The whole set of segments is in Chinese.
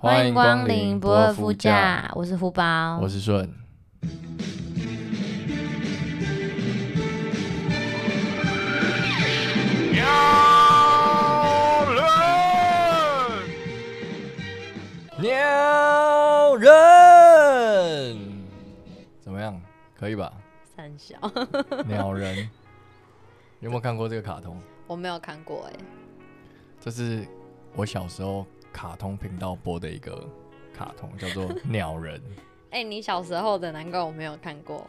欢迎光临不二副夫驾，我是胡宝我。是顺。鸟人，鸟人，怎么样？可以 吧？三小，鸟人，你有没有看过这个卡通？ 我没有看过哎、这是我小时候卡通频道播的一个卡通，叫做《鸟 人》。哎、你小时候的难怪我没有看过。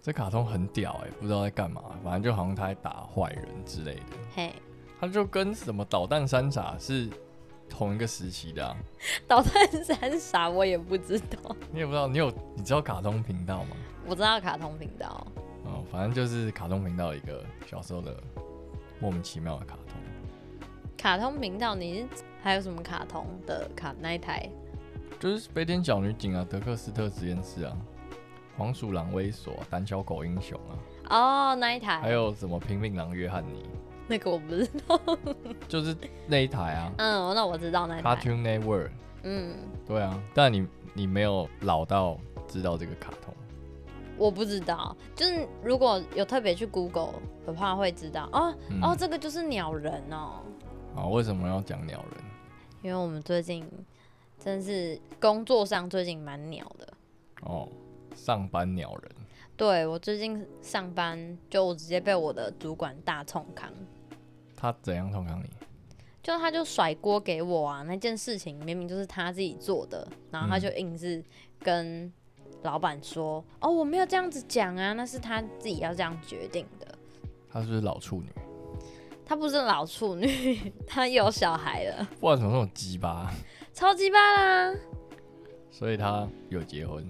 这卡通很屌哎、不知道在干嘛，反正就好像他在打坏人之类的。嘿，他就跟什么导弹三傻是同一个时期的、啊，导弹三傻我也不知道，你也不知道，你有你知道卡通频道吗？ 我知道卡通频道。哦，反正就是卡通频道一个小时候的莫名其妙的卡通。卡通频道你是还有什么卡通的卡那一台？就是飞天小女警啊，德克斯特实验室啊，黄鼠狼猥琐、啊，胆小狗英雄啊，哦，那一还台，有什么拼命狼约翰尼，那个我不知道。 就是那一台啊嗯，那我知道那一台。 ，Cartoon Network。嗯，对啊，但你你没有老到知道这个卡通。我不知道，就是如果有特别去 Google 的话会知道。哦、嗯哦，这个就是鸟人哦，啊，为什么要讲鸟人？因为我们最近真是工作上最近蛮鸟的。哦，上班鸟人。对我最近上班，就我直接被我的主管大冲康，他怎样痛康你？就他就甩锅给我啊，那件事情明明就是他自己做的，然后他就硬是跟老板说，哦，我没有这样子讲啊，那是他自己要这样决定的。他是不是老处女？他不是老处女， 他有小孩了，不然怎么那么鸡巴？ 超级巴啦，所以他有结婚，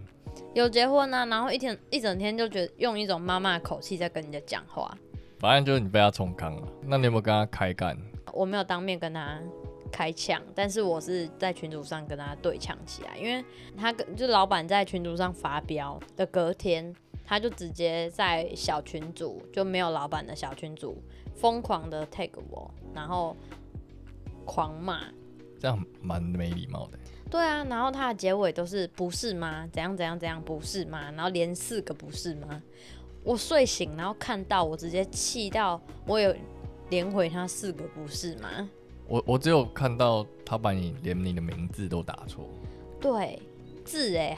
有结婚啊，然后一天一整天就觉得用一种妈妈的口气在跟人家讲话，反正就是你被他冲康了。那你有没有跟他开干？我没有当面跟他开枪，但是我是在群组上跟他对呛起来，因为他跟就老板在群组上发飙的隔天，他就直接在小群组就没有老板的小群组疯狂的 tag 我，然后狂骂。这样蛮没礼貌的。对啊，然后他的结尾都是不是吗？怎样怎样怎样不是吗？然后连四个不是吗？我睡醒然后看到，我直接气到我有连回他四个不是吗？我我只有看到他把你连你的名字都打错。对，字哎、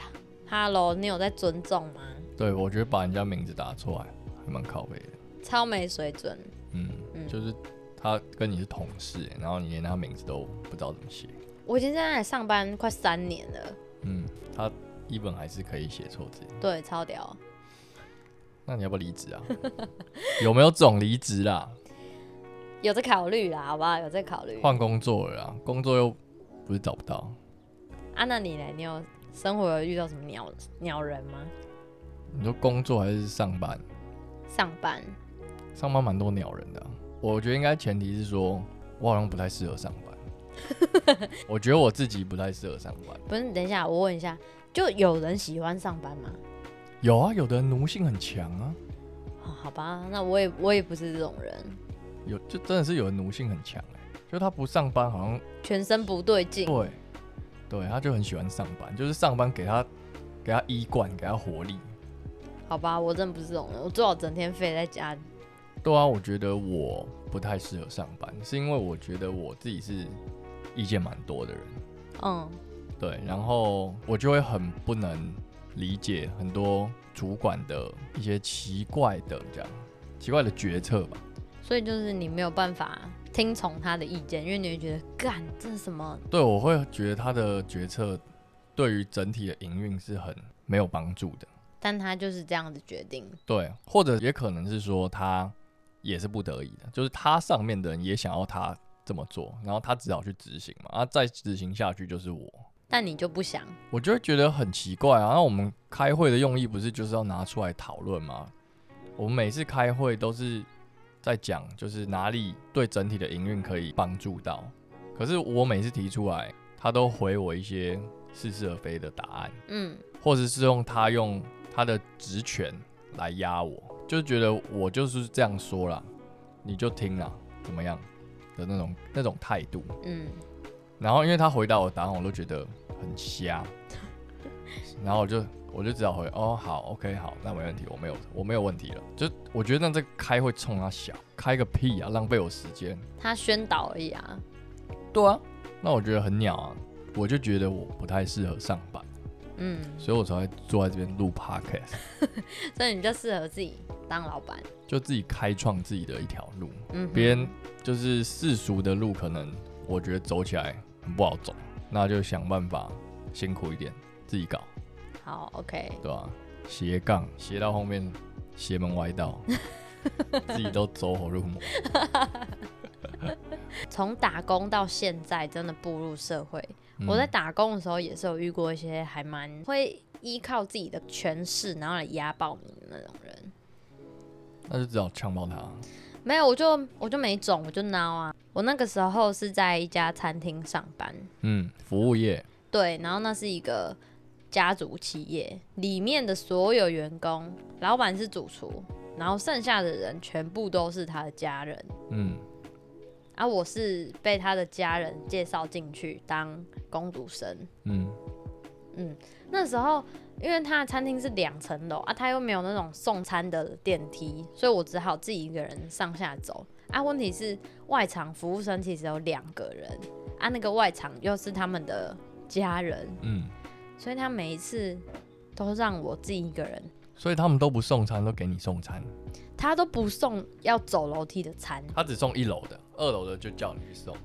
哈 h e l l o 你有在尊重吗？对，我觉得把人家名字打错还还蛮靠背的。超没水准，嗯，嗯就是他跟你是同事，然后你连他名字都不知道怎么写。我已经在那里上班快三年了，嗯，他一本还是可以写错字。对，超屌。那你要不要离 职啊？有没有这种离职啦？有在考虑啦，好不好？有在考虑。换工作了啦，工作又不是找不到，啊，那你呢？你有生活有遇到什么鸟鸟人吗？你说工作还是上班？上班上班蛮多鸟人的啊、我觉得应该前提是说，我好像不太适合上班。我觉得我自己不太适合上班。不是？等一下，我问一下，就有人喜欢上班吗？有啊，有的人奴性很强啊，哦好吧，那我也我也不是这种人，有就真的是有人奴性很强哎、就他不上班好像全身不对劲。对，对，他就很喜欢上班，就是上班给他给他衣冠，给他活力。好吧，我真的不是这种人，我最好整天废在家里。对啊，我觉得我不太适合上班，是因为我觉得我自己是意见蛮多的人，嗯，对，然后我就会很不能理解很多主管的一些奇怪的这样奇怪的决策吧。所以就是你没有办法听从他的意见，因为你会觉得干这是什么？对，我会觉得他的决策对于整体的营运是很没有帮助的。但他就是这样子决定。对，或者也可能是说他也是不得已的，就是他上面的人也想要他这么做，然后他只好去执行嘛，啊，再执行下去就是我。但你就不想，我就会觉得很奇怪啊。那我们开会的用意不是就是要拿出来讨论吗？我们每次开会都是在讲，就是哪里对整体的营运可以帮助到。可是我每次提出来，他都回我一些似是而非的答案，嗯，或者是用他用他的职权来压我，就觉得我就是这样说啦，你就听啦，怎么样的那种那种态度。嗯，然后因为他回答我答案，我都觉得很瞎，然后我就我就只好回哦好，OK 好，那没问题，我没有我没有问题了。就我觉得那这个开会冲他小，开个屁啊，浪费我时间。他宣导而已啊。对啊，那我觉得很鸟啊，我就觉得我不太适合上班，嗯， 所以我才会坐在这边录 podcast，所以你就适合自己当老板。就自己开创自己的一条路。嗯哼，别人就是世俗的路，可能我觉得走起来很不好走，那就想办法辛苦一点，自己搞，好，OK，对吧、斜杠斜到后面邪门歪 道，自己都走火入魔。从打工到现在，真的步入社会。嗯我在打工的时候也是有遇过一些还蛮会依靠自己的权势，然后来压爆你的那种人。那就只好呛爆他。没有，我就我就没种，我就孬啊。我那个时候是在一家餐厅上班，嗯，服务业，对，然后那是一个家族企业，里面的所有员工，老板是主厨，然后剩下的人全部都是他的家人。嗯，啊，我是被他的家人介绍进去当工读生。嗯，嗯，那时候因为他的餐厅是两层楼啊，他又没有那种送餐的电梯，所以我只好自己一个人上下走。啊，问题是外场服务生其实有两个人，啊，那个外场又是他们的家人，嗯，所以他每一次都让我自己一个人，所以他们都不送餐，都给你送餐，他都不送要走楼梯的餐，他只送一楼的，二楼的就叫你去送，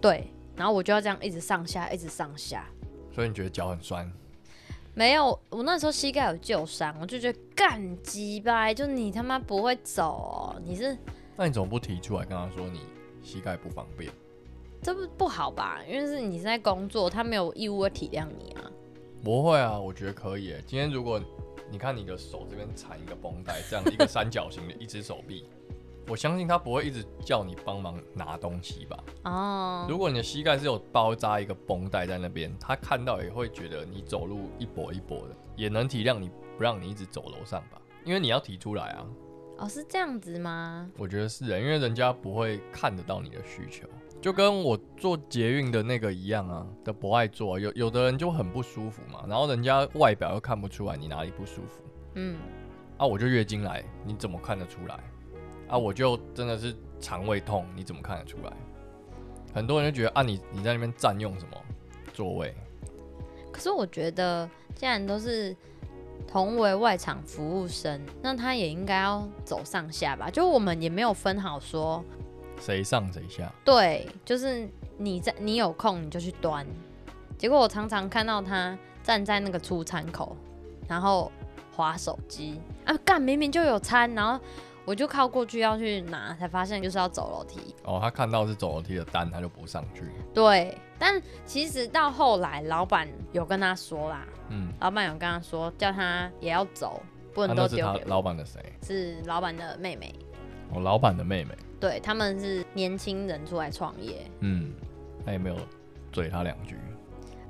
对，然后我就要这样一直上下，一直上下。所以你觉得脚很酸，没有，我那时候膝盖有旧伤，我就觉得干鸡巴，就你他妈不会走哦、你是那你怎么不提出来跟他说你膝盖不方便？这不不好吧？因为是你是在工作，他没有义务会体谅你啊。不会啊，我觉得可以耶。今天如果你看你的手这边缠一个绷带，这样一个三角形的一只手臂，我相信他不会一直叫你帮忙拿东西吧？哦，如果你的膝盖是有包扎一个绷带在那边，他看到也会觉得你走路一跛一跛的，也能体谅你不让你一直走楼上吧？因为你要提出来啊，哦，是这样子吗？我觉得是啊耶，因为人家不会看得到你的需求，就跟我做捷运的那个一样啊，的不爱做啊、有有的人就很不舒服嘛，然后人家外表又看不出来你哪里不舒服嗯，啊，我就月经来，你怎么看得出来？啊，我就真的是肠胃痛，你怎么看得出来？很多人就觉得啊，你你在那边占用什么座位？可是我觉得，既然都是同为外场服务生，那他也应该要走上下吧？就我们也没有分好说，谁上谁下？对，就是你在你有空你就去端。结果我常常看到他站在那个出餐口，然后划手机啊，干明明就有餐，然后我就靠过去要去拿，才发现就是要走楼梯。哦，他看到是走楼梯的单，他就不上去。对，但其实到后来老板有跟他说啦，嗯，老板有跟他说叫他也要走，不他能都那是丢他给我。老板的谁？是老板的妹妹，哦，老板的妹妹。对他们是年轻人出来创业，嗯，他也没有嘴他两句，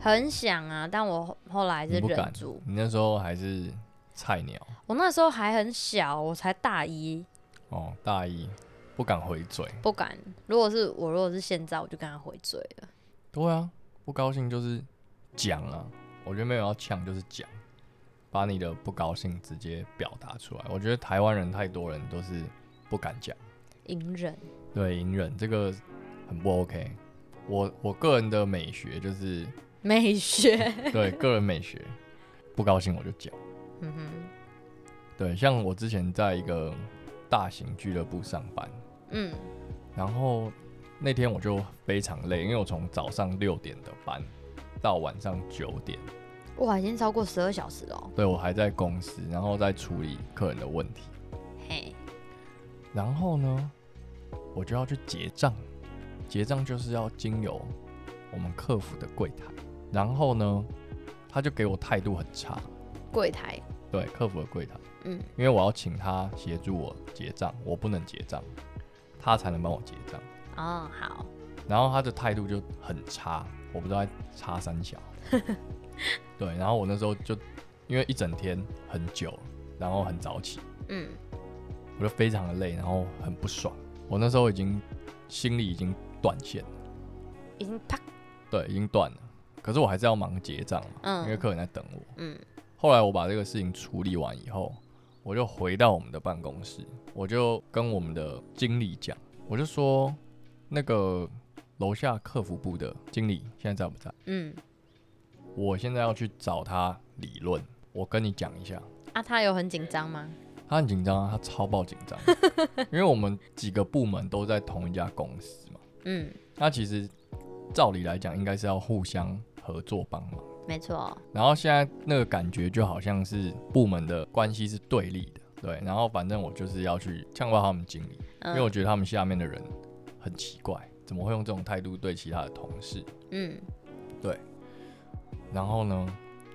很想啊，但我后后来是你不忍敢住。。你那时候还是菜鸟我那时候还很小，我才大一，哦，大一不敢回嘴。不敢。如果是我，如果是现在，我就跟他回嘴了。对啊，不高兴就是讲啊，我觉得没有要呛，就是讲，把你的不高兴直接表达出来。我觉得台湾人太多人都是不敢讲。隐忍，对，隐忍这个很不 OK。我我个人的美学就是美学。 对个人美学，不高兴我就讲。嗯哼，对，像我之前在一个大型俱乐部上班，嗯，然后那天我就非常累，因为我从早上六点的班到晚上九点，哇，已经超过十二小时了哦。对我还在公司，然后在处理客人的问题。嘿，然后呢，我就要去结账，结账就是要经由我们客服的柜台。然后呢，他就给我态度很差，柜台，对客服的柜台，嗯，因为我要请他协助我结账，我不能结账，他才能帮我结账。哦，好，然后他的态度就很差，我不知道在差三小。对，然后我那时候就因为一整天很久，然后很早起，嗯，我就非常的累，然后很不爽。我那时候已经心里已经断线了，已经啪对，已经断了。可是我还是要忙结账嘛，嗯因为客人在等我。嗯后来我把这个事情处理完以后，我就回到我们的办公室，我就跟我们的经理讲，我就说那个楼下客服部的经理现在在不在？嗯，我现在要去找他理论，我跟你讲一下。啊，他有很紧张吗？他很紧张啊，他超爆紧张，因为我们几个部门都在同一家公司嘛。嗯，那其实照理来讲，应该是要互相合作帮忙。没错，然后现在那个感觉就好像是部门的关系是对立的，对。然后反正我就是要去呛爆他们经理，因为我嗯觉得他们下面的人很奇怪，怎么会用这种态度对其他的同事？嗯，然后呢，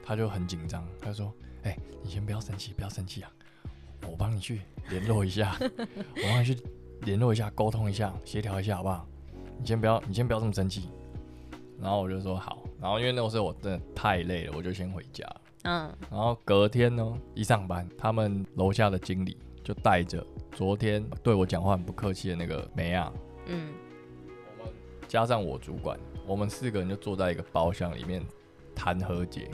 他就很紧张，他就说：“哎、你先不要生气，不要生气啊，我帮你去联络一下，我帮你去联络一下，沟通一下，协调一下，好不好？你先不要，你先不要这么生气。”然后我就说好，然后因为那时候我真的太累了，我就先回家了。嗯，然后隔天呢，一上班，他们楼下的经理就带着昨天对我讲话很不客气的那个梅亚，嗯，加上我主管，我们四个人就坐在一个包厢里面谈和解。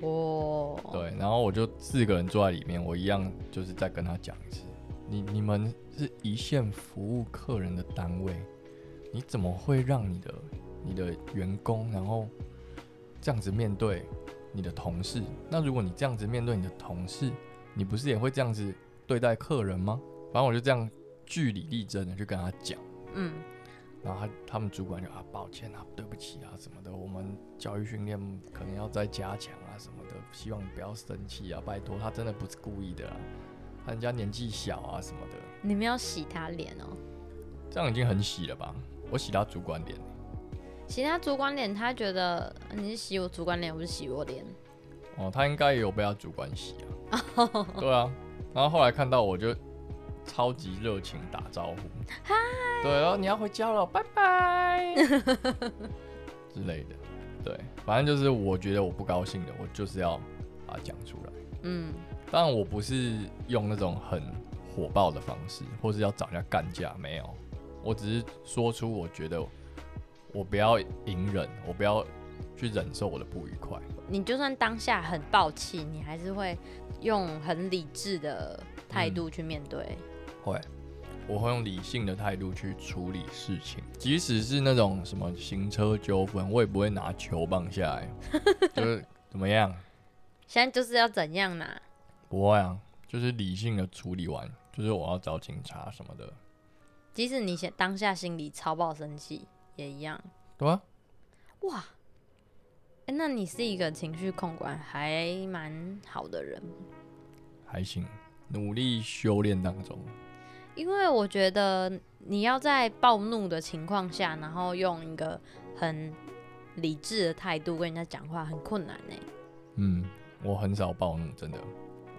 哦，对，然后我就四个人坐在里面，我一样就是再跟他讲一次，你你们是一线服务客人的单位，你怎么会让你的你的员工然后这样子面对你的同事？那如果你这样子面对你的同事，你不是也会这样子对待客人吗？反正我就这样据理力争的去跟他讲。嗯，然后他他们主管就啊，抱歉啊，对不起啊什么的，我们教育训练可能要再加强啊什么的，希望你不要生气啊，拜托，他真的不是故意的啊，他人家年纪小啊什么的，你们要洗他脸哦。这样已经很洗了吧？我洗他主管脸，其他主管脸，他觉得嗯你是洗我主管脸，我是洗我脸。哦，他应该也有被他主管洗啊，对啊，然后后来看到我就超级热情打招呼，对，然后你要回家了，拜拜之类的，对，反正就是我觉得我不高兴的，我就是要把它讲出来。嗯当然我不是用那种很火爆的方式，或是要找人家干架，没有，我只是说出我觉得我不要隐忍，我不要去忍受我的不愉快。你就算当下很暴气，你还是会用很理智的态度去面对。会，我会用理性的态度去处理事情，即使是那种什么行车纠纷，我也不会拿球棒下来，就是怎么样，现在就是要怎样啦？不会啊，就是理性的处理完，就是我要找警察什么的，即使你现当下心里超爆生气，也一样。对吧、哇，哎、那你是一个情绪控管还蛮好的人，还行，努力修炼当中，因为我觉得你要在暴怒的情况下，然后用一个很理智的态度跟人家讲话，很困难欸呢、嗯，我很少暴怒，真的，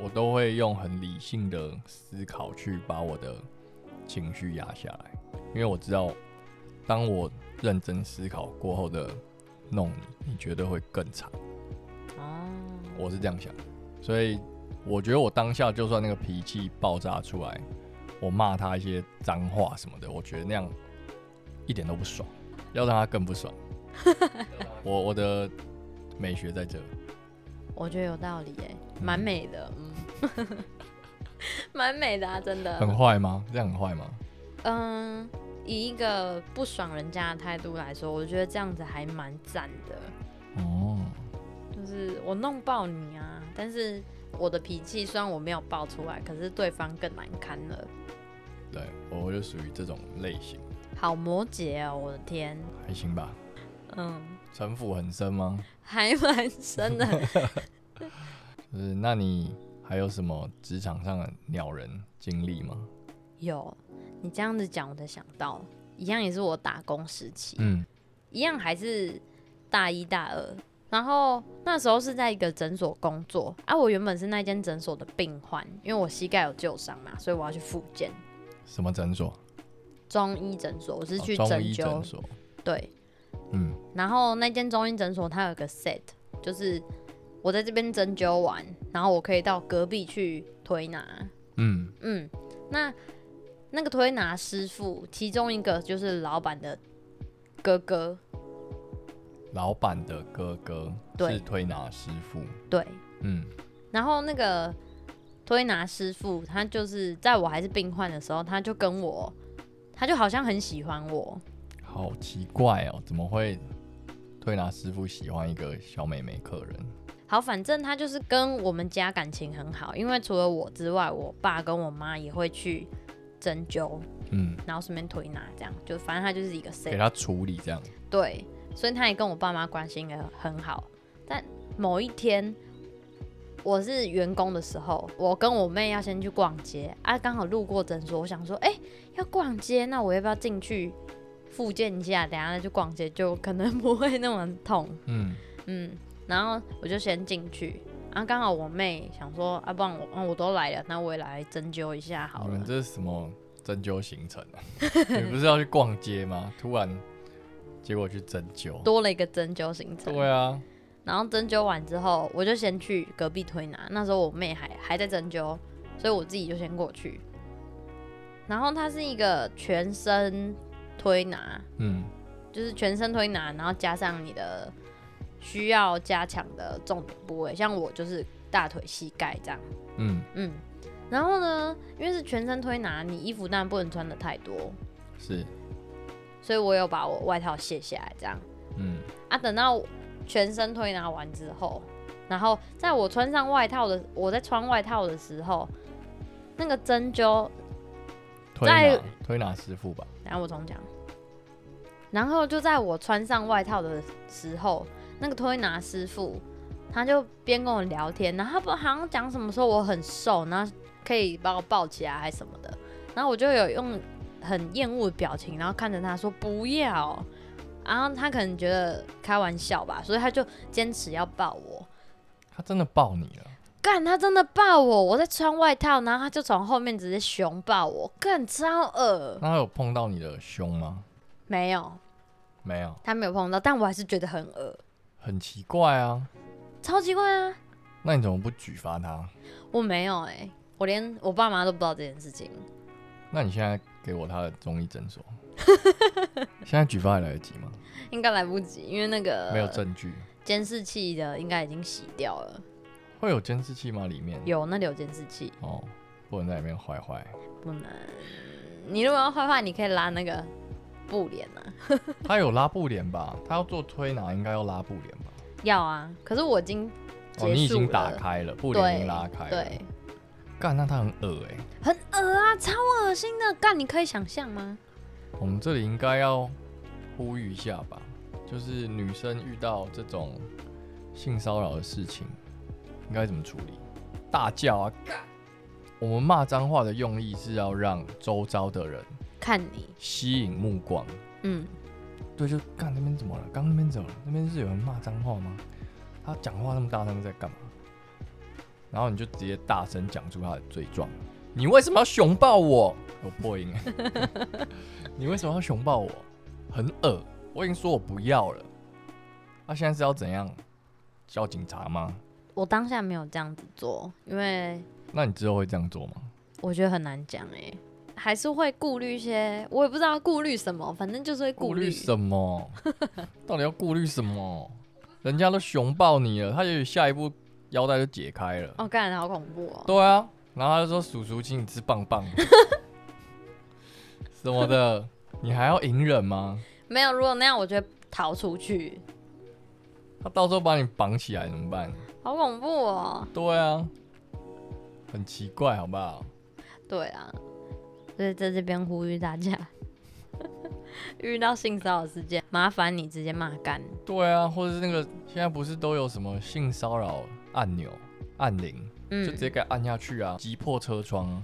我都会用很理性的思考去把我的情绪压下来，因为我知道，当我认真思考过后的弄你，你绝对会更惨，哦，我是这样想的，所以我觉得我当下就算那个脾气爆炸出来，我骂他一些脏话什么的，我觉得那样一点都不爽，要让他更不爽。我我的美学在这，我觉得有道理哎、蛮美的，嗯， 蛮美的啊，真很的。坏吗？这样很坏吗？嗯，以一个不爽人家的态度来说，我觉得这样子还蛮赞的。哦，就是我弄爆你啊，但是我的脾气虽然我没有爆出来，可是对方更难堪了。对，我就属于这种类型，好摩羯哦，我的天，还行吧。嗯，城府很深吗？还蛮深的。 就是，那你还有什么职场上的鸟人经历吗？有，你这样子讲，我才想到，一样也是我打工时期，嗯，一样还是大一大二。然后那时候是在一个诊所工作啊，我原本是那间诊所的病患，因为我膝盖有旧伤嘛，所以我要去复健什么诊所？中医诊所，我是哦去中针医灸，诊所。对。嗯，然后那间中医诊所它有个 set，就是我在这边针灸完，然后我可以到隔壁去推拿，嗯，嗯，那那个推拿师傅，其中一个就是老板的哥哥，老板的哥哥对是推拿师傅，对，嗯，然后那个推拿师傅，他就是在我还是病患的时候，他就跟我，他就好像很喜欢我，好奇怪哦，怎么会推拿师傅喜欢一个小妹妹客人？好，反正他就是跟我们家感情很好，因为除了我之外，我爸跟我妈也会去针灸，嗯，然后顺便推拿，这样就反正他就是一个 set 给他处理这样，对，所以他也跟我爸妈关系也很好。但某一天，我是员工的时候，我跟我妹要先去逛街啊，刚好路过诊所，我想说，哎、要逛街，那我要不要进去复健一下？等一下再去逛街，就可能不会那么痛。嗯，嗯，然后我就先进去。然后刚好我妹想说，啊，不然我、嗯、我都来了，那我也来针灸一下好你了嗯们。这是什么针灸行程啊？ 你不是要去逛街吗？突然结果去针灸，多了一个针灸行程。对啊，然后针灸完之后，我就先去隔壁推拿。那时候我妹还还在针灸，所以我自己就先过去。然后它是一个全身推拿，嗯，就是全身推拿，然后加上你的需要加强的重点部位，像我就是大腿、膝盖这样。嗯，嗯，然后呢，因为是全身推拿，你衣服当然不能穿的太多，是，所以我有把我外套卸下来这样。嗯，啊，等到全身推拿完之后，然后在我穿上外套的，我在穿外套的时候，那个针灸，推在拿推拿师傅吧，然后我重讲，然后就在我穿上外套的时候，那个推拿师傅他就边跟我聊天，然后他不好像讲什么说我很瘦，然后可以把我抱起来还什么的，然后我就有用很厌恶的表情，然后看着他说不要，然后他可能觉得开玩笑吧，所以他就坚持要抱我。他真的抱你了，干，他真的抱我！我在穿外套，然后他就从后面直接熊抱我，干超恶。那他有碰到你的胸吗？没有，没有，他没有碰到，但我还是觉得很恶，很奇怪啊，超奇怪啊！那你怎么不举发他？我没有哎、我连我爸妈都不知道这件事情。那你现在给我他的中医诊 所，现在举发还来得及吗？应该来不及，因为那个没有证据，监视器的应该已经洗掉了。会有监视器吗？里面有那里有监视器，哦，不能在里面坏坏。不能。你如果要坏坏，你可以拉那个布帘啊。他有拉布帘吧？他要做推拿，应该要拉布帘吧？要啊，可是我已经结束哦，了。你已经打开了，布帘已经拉开了。对，干，那他很恶哎、很恶啊，超恶心的。干，你可以想象吗？我们这里应该要呼吁一下吧，就是女生遇到这种性骚扰的事情，应该怎么处理？大叫啊！干！我们骂脏话的用意是要让周遭的人看你，吸引目光。嗯，对，就看那边怎么了？刚那边怎么了？那边是有人骂脏话吗？他讲话那么大声在干嘛？然后你就直接大声讲出他的罪状。你为什么要熊抱我？有破音 欸。你为什么要熊抱我？很恶，我已经说我不要了。他、现在是要怎样？叫警察吗？我当下没有这样子做，因为那你之后会这样做吗？我觉得很难讲哎、还是会顾虑一些，我也不知道顾虑什么，反正就是会顾虑。什么？到底要顾虑什么？人家都熊抱你了，他也许下一步腰带就解开了。哦，干，好恐怖哦！对啊，然后他就说：“叔叔，请你吃棒棒什么的，你还要隐忍吗？没有，如果那样，我就会逃出去，他到时候把你绑起来怎么办？好恐怖哦！对啊，很奇怪，好不好？对啊，所以在这边呼吁大家， 遇到性骚扰事件，麻烦你直接骂干。对啊，或者是那个现在不是都有什么性骚扰按钮、按铃，就嗯直，接给它按下去啊，击破车窗啊，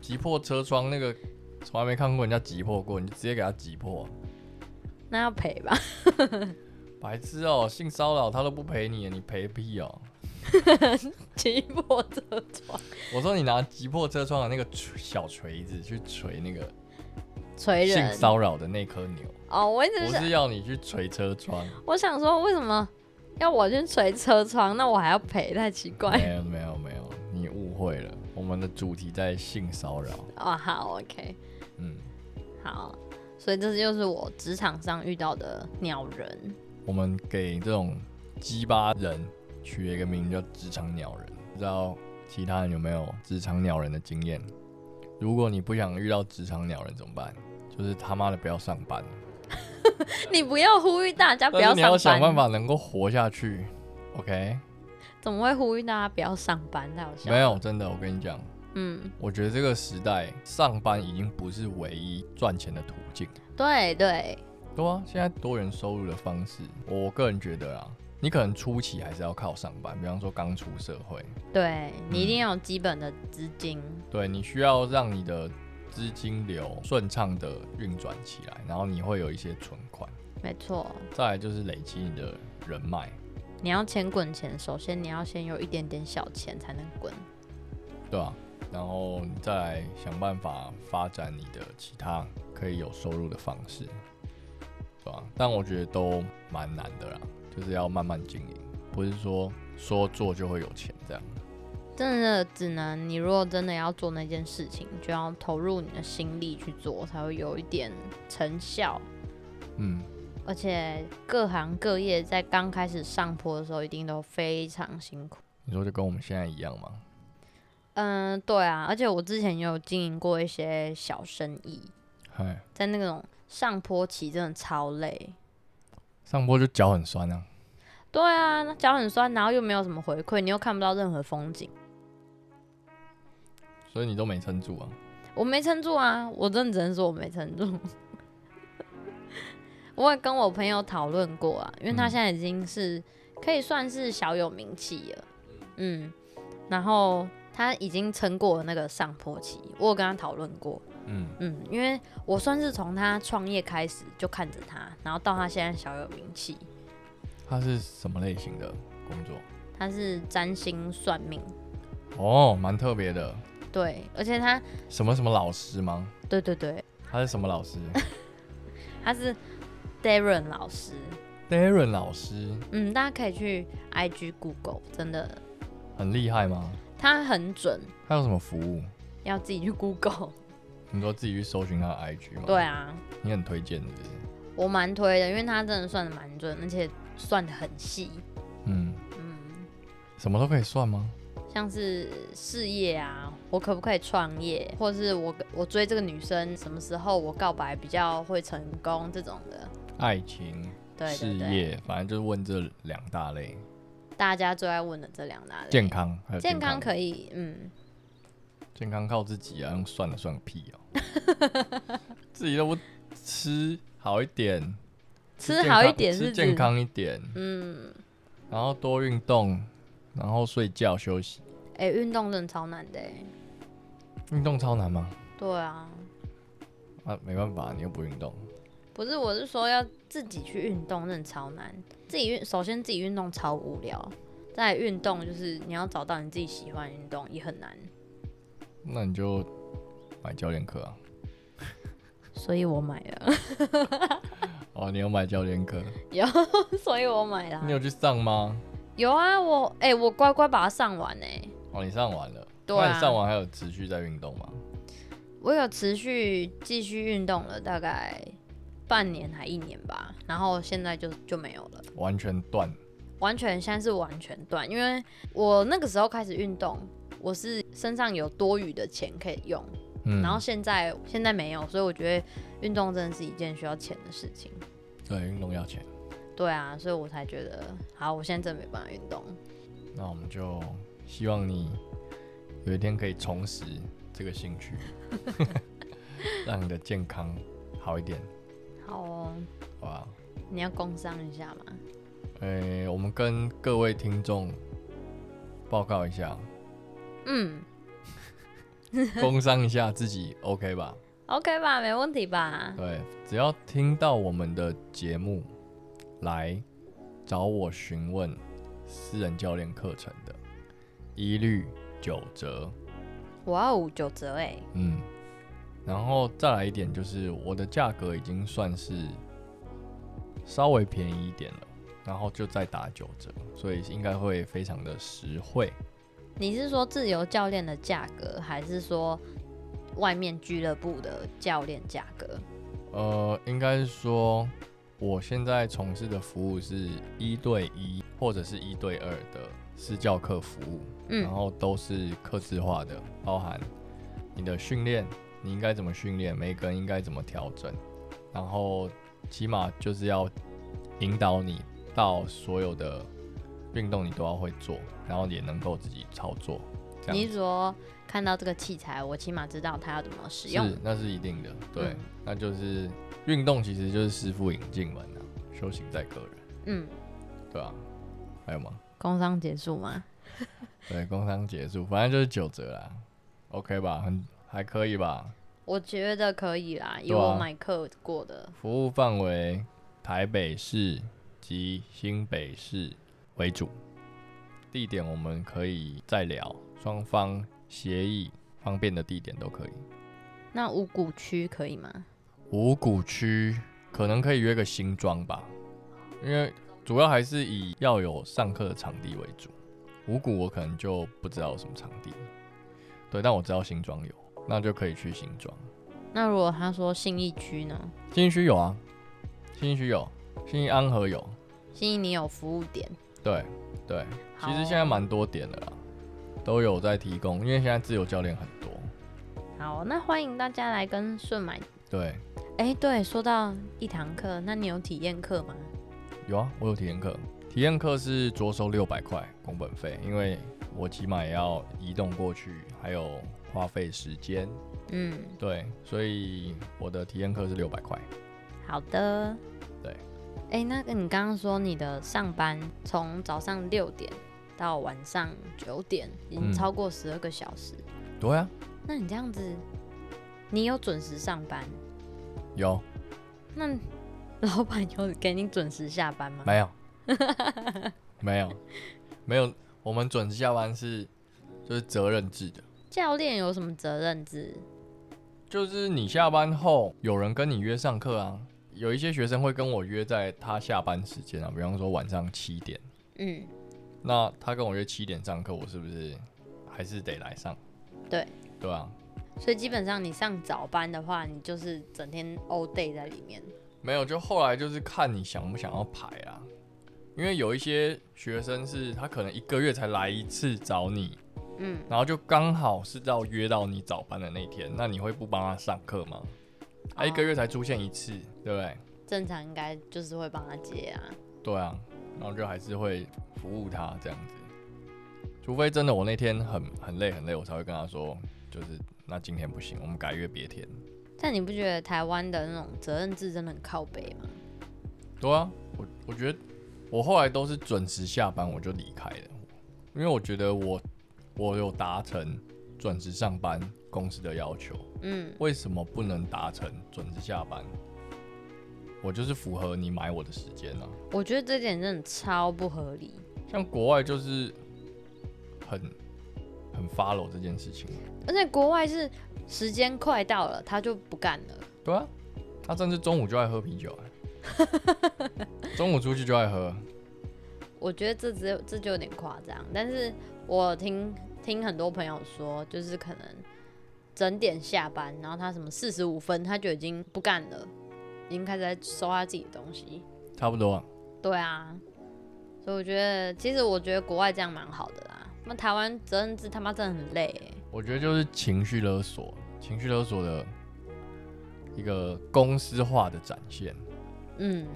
击破车窗那个从来没看过人家击破过，你就直接给他击破。”那要赔吧？ 白痴哦、性骚扰他都不赔你，你赔屁哦、击破车窗，我说你拿击破车窗的那个锤小锤子去锤那个锤性人骚扰的那颗钮，哦！我一直不想是要你去锤车 窗。我想说，为什么要我去捶车窗？那我还要赔，太奇怪没有没有没有，你误会了，我们的主题在性骚扰。哦。好，OK，嗯，好，所以这就是我职场上遇到的鸟人。我们给这种鸡巴人取了一个名叫“职场鸟人”，不知道其他人有没有职场鸟人的经验？如果你不想遇到职场鸟人怎么办？就是他妈的不要上班，你不要呼吁大家不但是要你要上想办班，法能够活下去。OK，怎么会呼吁大家不要上班？太好笑了。没有真的，我跟你讲，嗯，我觉得这个时代上班已经不是唯一赚钱的途径。对对，对啊，现在多元收入的方式，我个人觉得啊，你可能初期还是要靠上班，比方说刚出社会，对你嗯一定要有基本的资金，对你需要让你的资金流顺畅的运转起来，然后你会有一些存款，没错。再来就是累积你的人脉。你要钱滚钱，首先你要先有一点点小钱才能滚。对啊，然后你再来想办法发展你的其他可以有收入的方式，对啊，但我觉得都蛮难的啦，就是要慢慢经营，不是说说做就会有钱这样。真的只能你如果真的要做那件事情，就要投入你的心力去做，才会有一点成效。嗯，而且各行各业在刚开始上坡的时候，一定都非常辛苦。你说就跟我们现在一样吗？嗯，对啊，而且我之前也有经营过一些小生意，嗨，在那种上坡期真的超累。上坡就脚很酸啊。对啊，那脚很酸，然后又没有什么回馈，你又看不到任何风景。所以你都没撑住啊？我没撑住啊，我真的只能说我没撑住。 我也跟我朋友讨论过啊，因为他嗯现在已经是可以算是小有名气了，嗯，然后他已经撑过了那个上坡期，我有跟他讨论过，嗯，嗯，因为我算是从他创业开始就看着他，然后到他现在小有名气，它是什么类型的工作？他是占星算命，哦，蛮特别的。对，而且他，什么什么老师吗？对对对，他是什么老师他是 Darren 老师， ？Darren 老师嗯，大家可以去 IG Google，真的很厉害吗？他很准，他有什么服务？要自己去 Google。 你说自己去搜寻他的 IG 吗？对，啊，你很推荐是不是？我蛮推的，因为他真的算的蛮准，而且算的很细。嗯，嗯，什么都可以算吗？像是事业啊，我可不可以创业，或者是我我追这个女生什么时候我告白比较会成功这种的。爱情、对事对对，业，反正就是问这两大类，大家最爱问的这两大类。健康还有健康康可以，嗯，健康靠自己啊，用算了算个屁哦、 自己都不吃好一点，吃健好康一点是吃指健，康一点，嗯，然后多运动，然后睡觉休息。哎、运动真的超难的、欸，运动超难吗？对啊，啊，没办法，你又不运动。不是，我是说要自己去运动，真的超难。自己运，首先自己运动超无聊，再来运动就是你要找到你自己喜欢的运动也很难。那你就买教练课啊。所以我买了， 哦，你有买教练课？有，所以我买了啊你。有去上吗？有啊，我哎、我乖乖把它上完哎、哦，你上完了。对啊那你上完还有持续在运动吗？我有持续继续运动了大概半年还一年吧，然后现在就就没有了。完全断。完全现在是完全断，因为我那个时候开始运动，我是身上有多余的钱可以用，嗯然后现在现在没有，所以我觉得运动真的是一件需要钱的事情。对运动要钱。对啊，所以我才觉得，好，我现在真的没办法运动。那我们就希望你有一天可以重拾这个兴 趣，让你的健康好一点，好哦，好吧？你要工商一下吗？诶、我们跟各位听众报告一 下，嗯工商一下自己 OK 吧？ ，OK 吧，没问题 吧？对，只要听到我们的节目，来找我询问私人教练课程的，一律九折。哇哦，九折哎，嗯，然后再来一点就是我的价格已经算是稍微便宜一点了，然后就再打九折，所以应该会非常的实惠。你是说自由教练的价格，还是说外面俱乐部的教练价格？呃，应该是说我现在从事的服务是一对一或者是一对二的私教课服务，然嗯后都是客制化的，包含你的训练，你应该怎么训练，每个人应该怎么调整，然后起码就是要引导你到所有的运动你都要会做，然后也能够自己操作。这你样是子说看到这个器材，我起码知道它要怎么使用是，那是一定的，对，嗯那就是运动其实就是师傅引进门啊，修行在个人，嗯，对啊，还有吗？工商结束吗？对，工商结束，反正就是九折啦，OK 吧，很还可以吧，我觉得可以啦，以对啊我买课过的，服务范围台北市及新北市为主，地点我们可以再聊，双方协议方便的地点都可以。那五股区可以吗？五股区可能可以约个新庄吧，因为主要还是以要有上课的场地为主。五股我可能就不知道有什么场地，对，但我知道新庄有，那就可以去新庄。那如果他说信义区呢？新义区有啊，新义区有，新义安和有，信义你有服务点，对对，好其实现在蛮多点的啦，都有在提供，因为现在自由教练很多。好，那欢迎大家来跟顺买。对，哎、对，说到一堂课，那你有体验课吗？有啊，我有体验课，体验课是着收六百块工本费，因为我起码也要移动过去，还有花费时间，嗯，对，所以我的体验课是六百块。好的。对。哎、那个你刚刚说你的上班从早上六点到晚上九点，已经嗯超过十二个小时。对啊，那你这样子，你有准时上班？有那老板有给你准时下班吗？没有？没有，没有，我们准时下班是就是责任制的。教练有什么责任制？就是你下班后有人跟你约上课啊，有一些学生会跟我约在他下班时间啊，比方说晚上七点，嗯，那他跟我约七点上课，我是不是还是得来上？对，对啊，所以基本上你上早班的话，你就是整天 all day 在里面。没有，就后来就是看你想不想要排啊，因为有一些学生是他可能一个月才来一次找你，嗯，然后就刚好是到约到你早班的那天，那你会不帮他上课吗？啊他、一个哦月才出现一次，对不对？正常应该就是会帮他接啊。对啊，然后就还是会服务他这样子，除非真的我那天很很累很累，我才会跟他说，就是那今天不行，我们改约别天。但你不觉得台湾的那种责任制真的很靠北吗？对啊，我我觉得我后来都是准时下班我就离开了，因为我觉得我我有达成准时上班公司的要求，嗯，为什么不能达成准时下班？我就是符合你买我的时间啊。我觉得这点真的超不合理。像国外就是很很 follow 这件事情，而且国外是时间快到了，他就不干了。对啊，他甚至中午就爱喝啤酒、欸，中午出去就爱喝，我觉得这只有这就有点夸张，但是我听听很多朋友说，就是可能整点下班，然后他什么四十五分他就已经不干了，已经开始在收他自己的东西。差不多、啊。对啊，所以我觉得其实我觉得国外这样蛮好的啦。那台湾责任制他妈真的很累、欸，我觉得就是情绪勒索，情绪勒索的一个公司化的展现。嗯，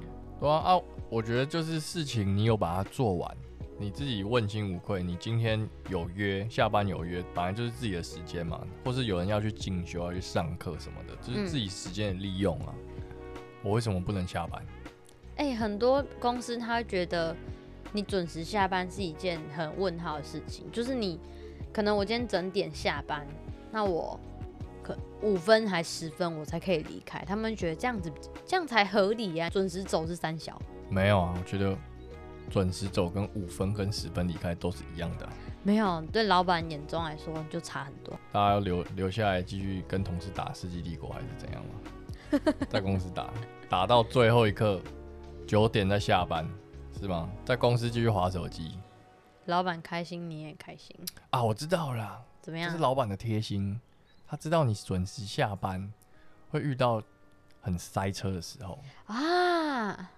对啊，啊，我觉得就是事情你有把它做完，你自己问心无愧。你今天有约，下班有约，本来就是自己的时间嘛，或是有人要去进修、要去上课什么的，就是自己时间的利用啊。我为什么不能下班？哎、很多公司他会觉得你准时下班是一件很问号的事情，就是你可能我今天整点下班，那我可五分还十分我才可以离开，他们觉得这样子这样才合理呀、准时走是三小，没有啊，我觉得准时走跟五分跟十分离开都是一样的啊、没有对老板眼中来说就差很多。大家要留留下来继续跟同事打《世纪帝国》还是怎样吗？ 在公司打，打到最后一刻，九点再下班是吗？在公司继续划手机老板开心你也开心，啊！我知道啦，怎么这样是？老板的贴心，他知道你准时下班会遇到很塞车的时 候，啊，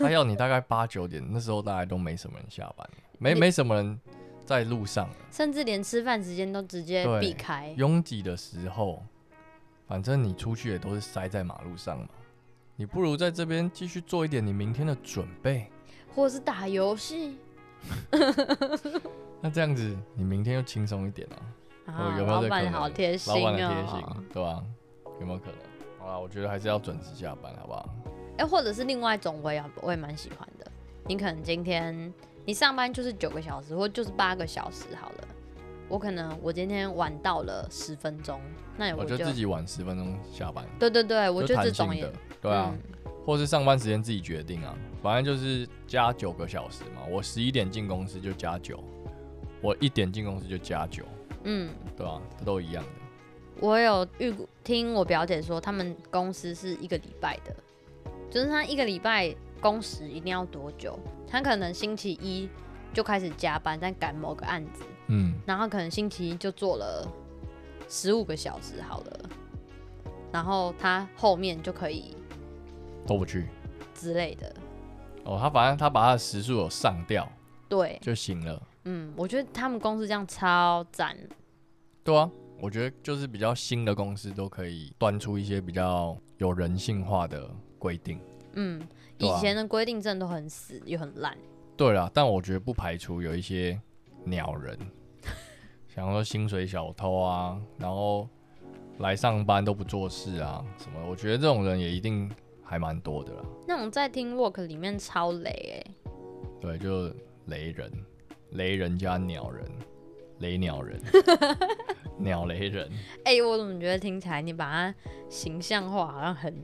他要你大概八九点，那时候大概都没什么人下班，没你没什么人在路上，甚至连吃饭时间都直接对避开。拥挤的时候，反正你出去也都是塞在马路上嘛，你不如在这边继续做一点你明天的准备。或是打游戏那这样子，你明天又轻松一点啊。啊有没有老这可板能好贴心老板的贴哦。心，对吧、有没有可能？好啦，我觉得还是要准时下班，好不好？哎、或者是另外一种，我也我也蛮喜欢的。你可能今天你上班就是九个小时，或就是八个小时好了。我可能我今天晚到了十分钟，那我哎就哦就自己晚十分钟下班，对对对，我就觉得弹这性种也的，对啊，嗯或是上班时间自己决定啊，反正就是加九个小时嘛。我十一点进公司就加九，我一点进公司就加九，嗯，嗯对吧、这都一样的。我有预估听我表姐说，他们公司是一个礼拜的，就是他一个礼拜工时一定要多久？他可能星期一就开始加班，但赶某个案子，嗯，然后可能星期一就做了十五个小时好了，然后他后面就可以都不去之类的。哦。他反正他把他的时数有上掉对，就行了，嗯，我觉得他们公司这样超赞。对啊。我觉得就是比较新的公司都可以端出一些比较有人性化的规定。嗯，对以啊前的规定真的都很死又很烂。对啦，但我觉得不排除有一些鸟人，想说薪水小偷啊，然后来上班都不做事啊什么的，我觉得这种人也一定还蛮多的啦。那种在 Team Work 里面超雷哎、对，就雷人，雷人加鸟人，雷鸟人，鸟雷人，哎、我怎么觉得听起来你把它形象化，好像很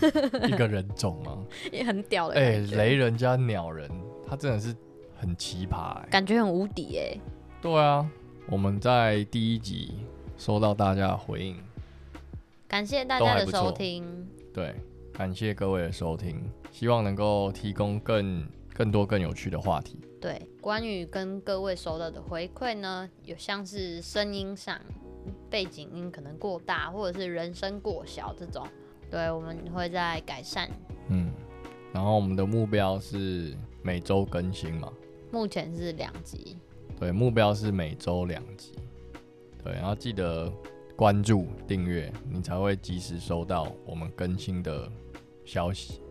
一个人种吗？也很屌的哎、感觉，雷人加鸟人，他真的是很奇葩、欸。感觉很无敌哎、对啊，我们在第一集收到大家的回应。感谢大都家还的不收错听，对，感谢各位的收听，希望能够提供更更多更有趣的话题。对，关于跟各位收到的回馈呢，有像是声音上背景音可能过大，或者是人声过小这种，对，我们会再改善。嗯，然后我们的目标是每周更新嘛，目前是两集，对，目标是每周两集。对，然后记得关注订阅，你才会及时收到我们更新的消息。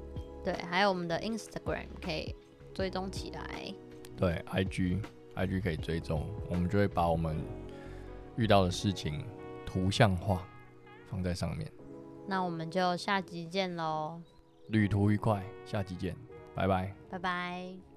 对，还有我们的 Instagram 可以追踪起来。对，IG IG 可以追踪，我们就会把我们遇到的事情图像化放在上面。那我们就下集见喽，旅途愉快，下期见，拜拜。拜拜。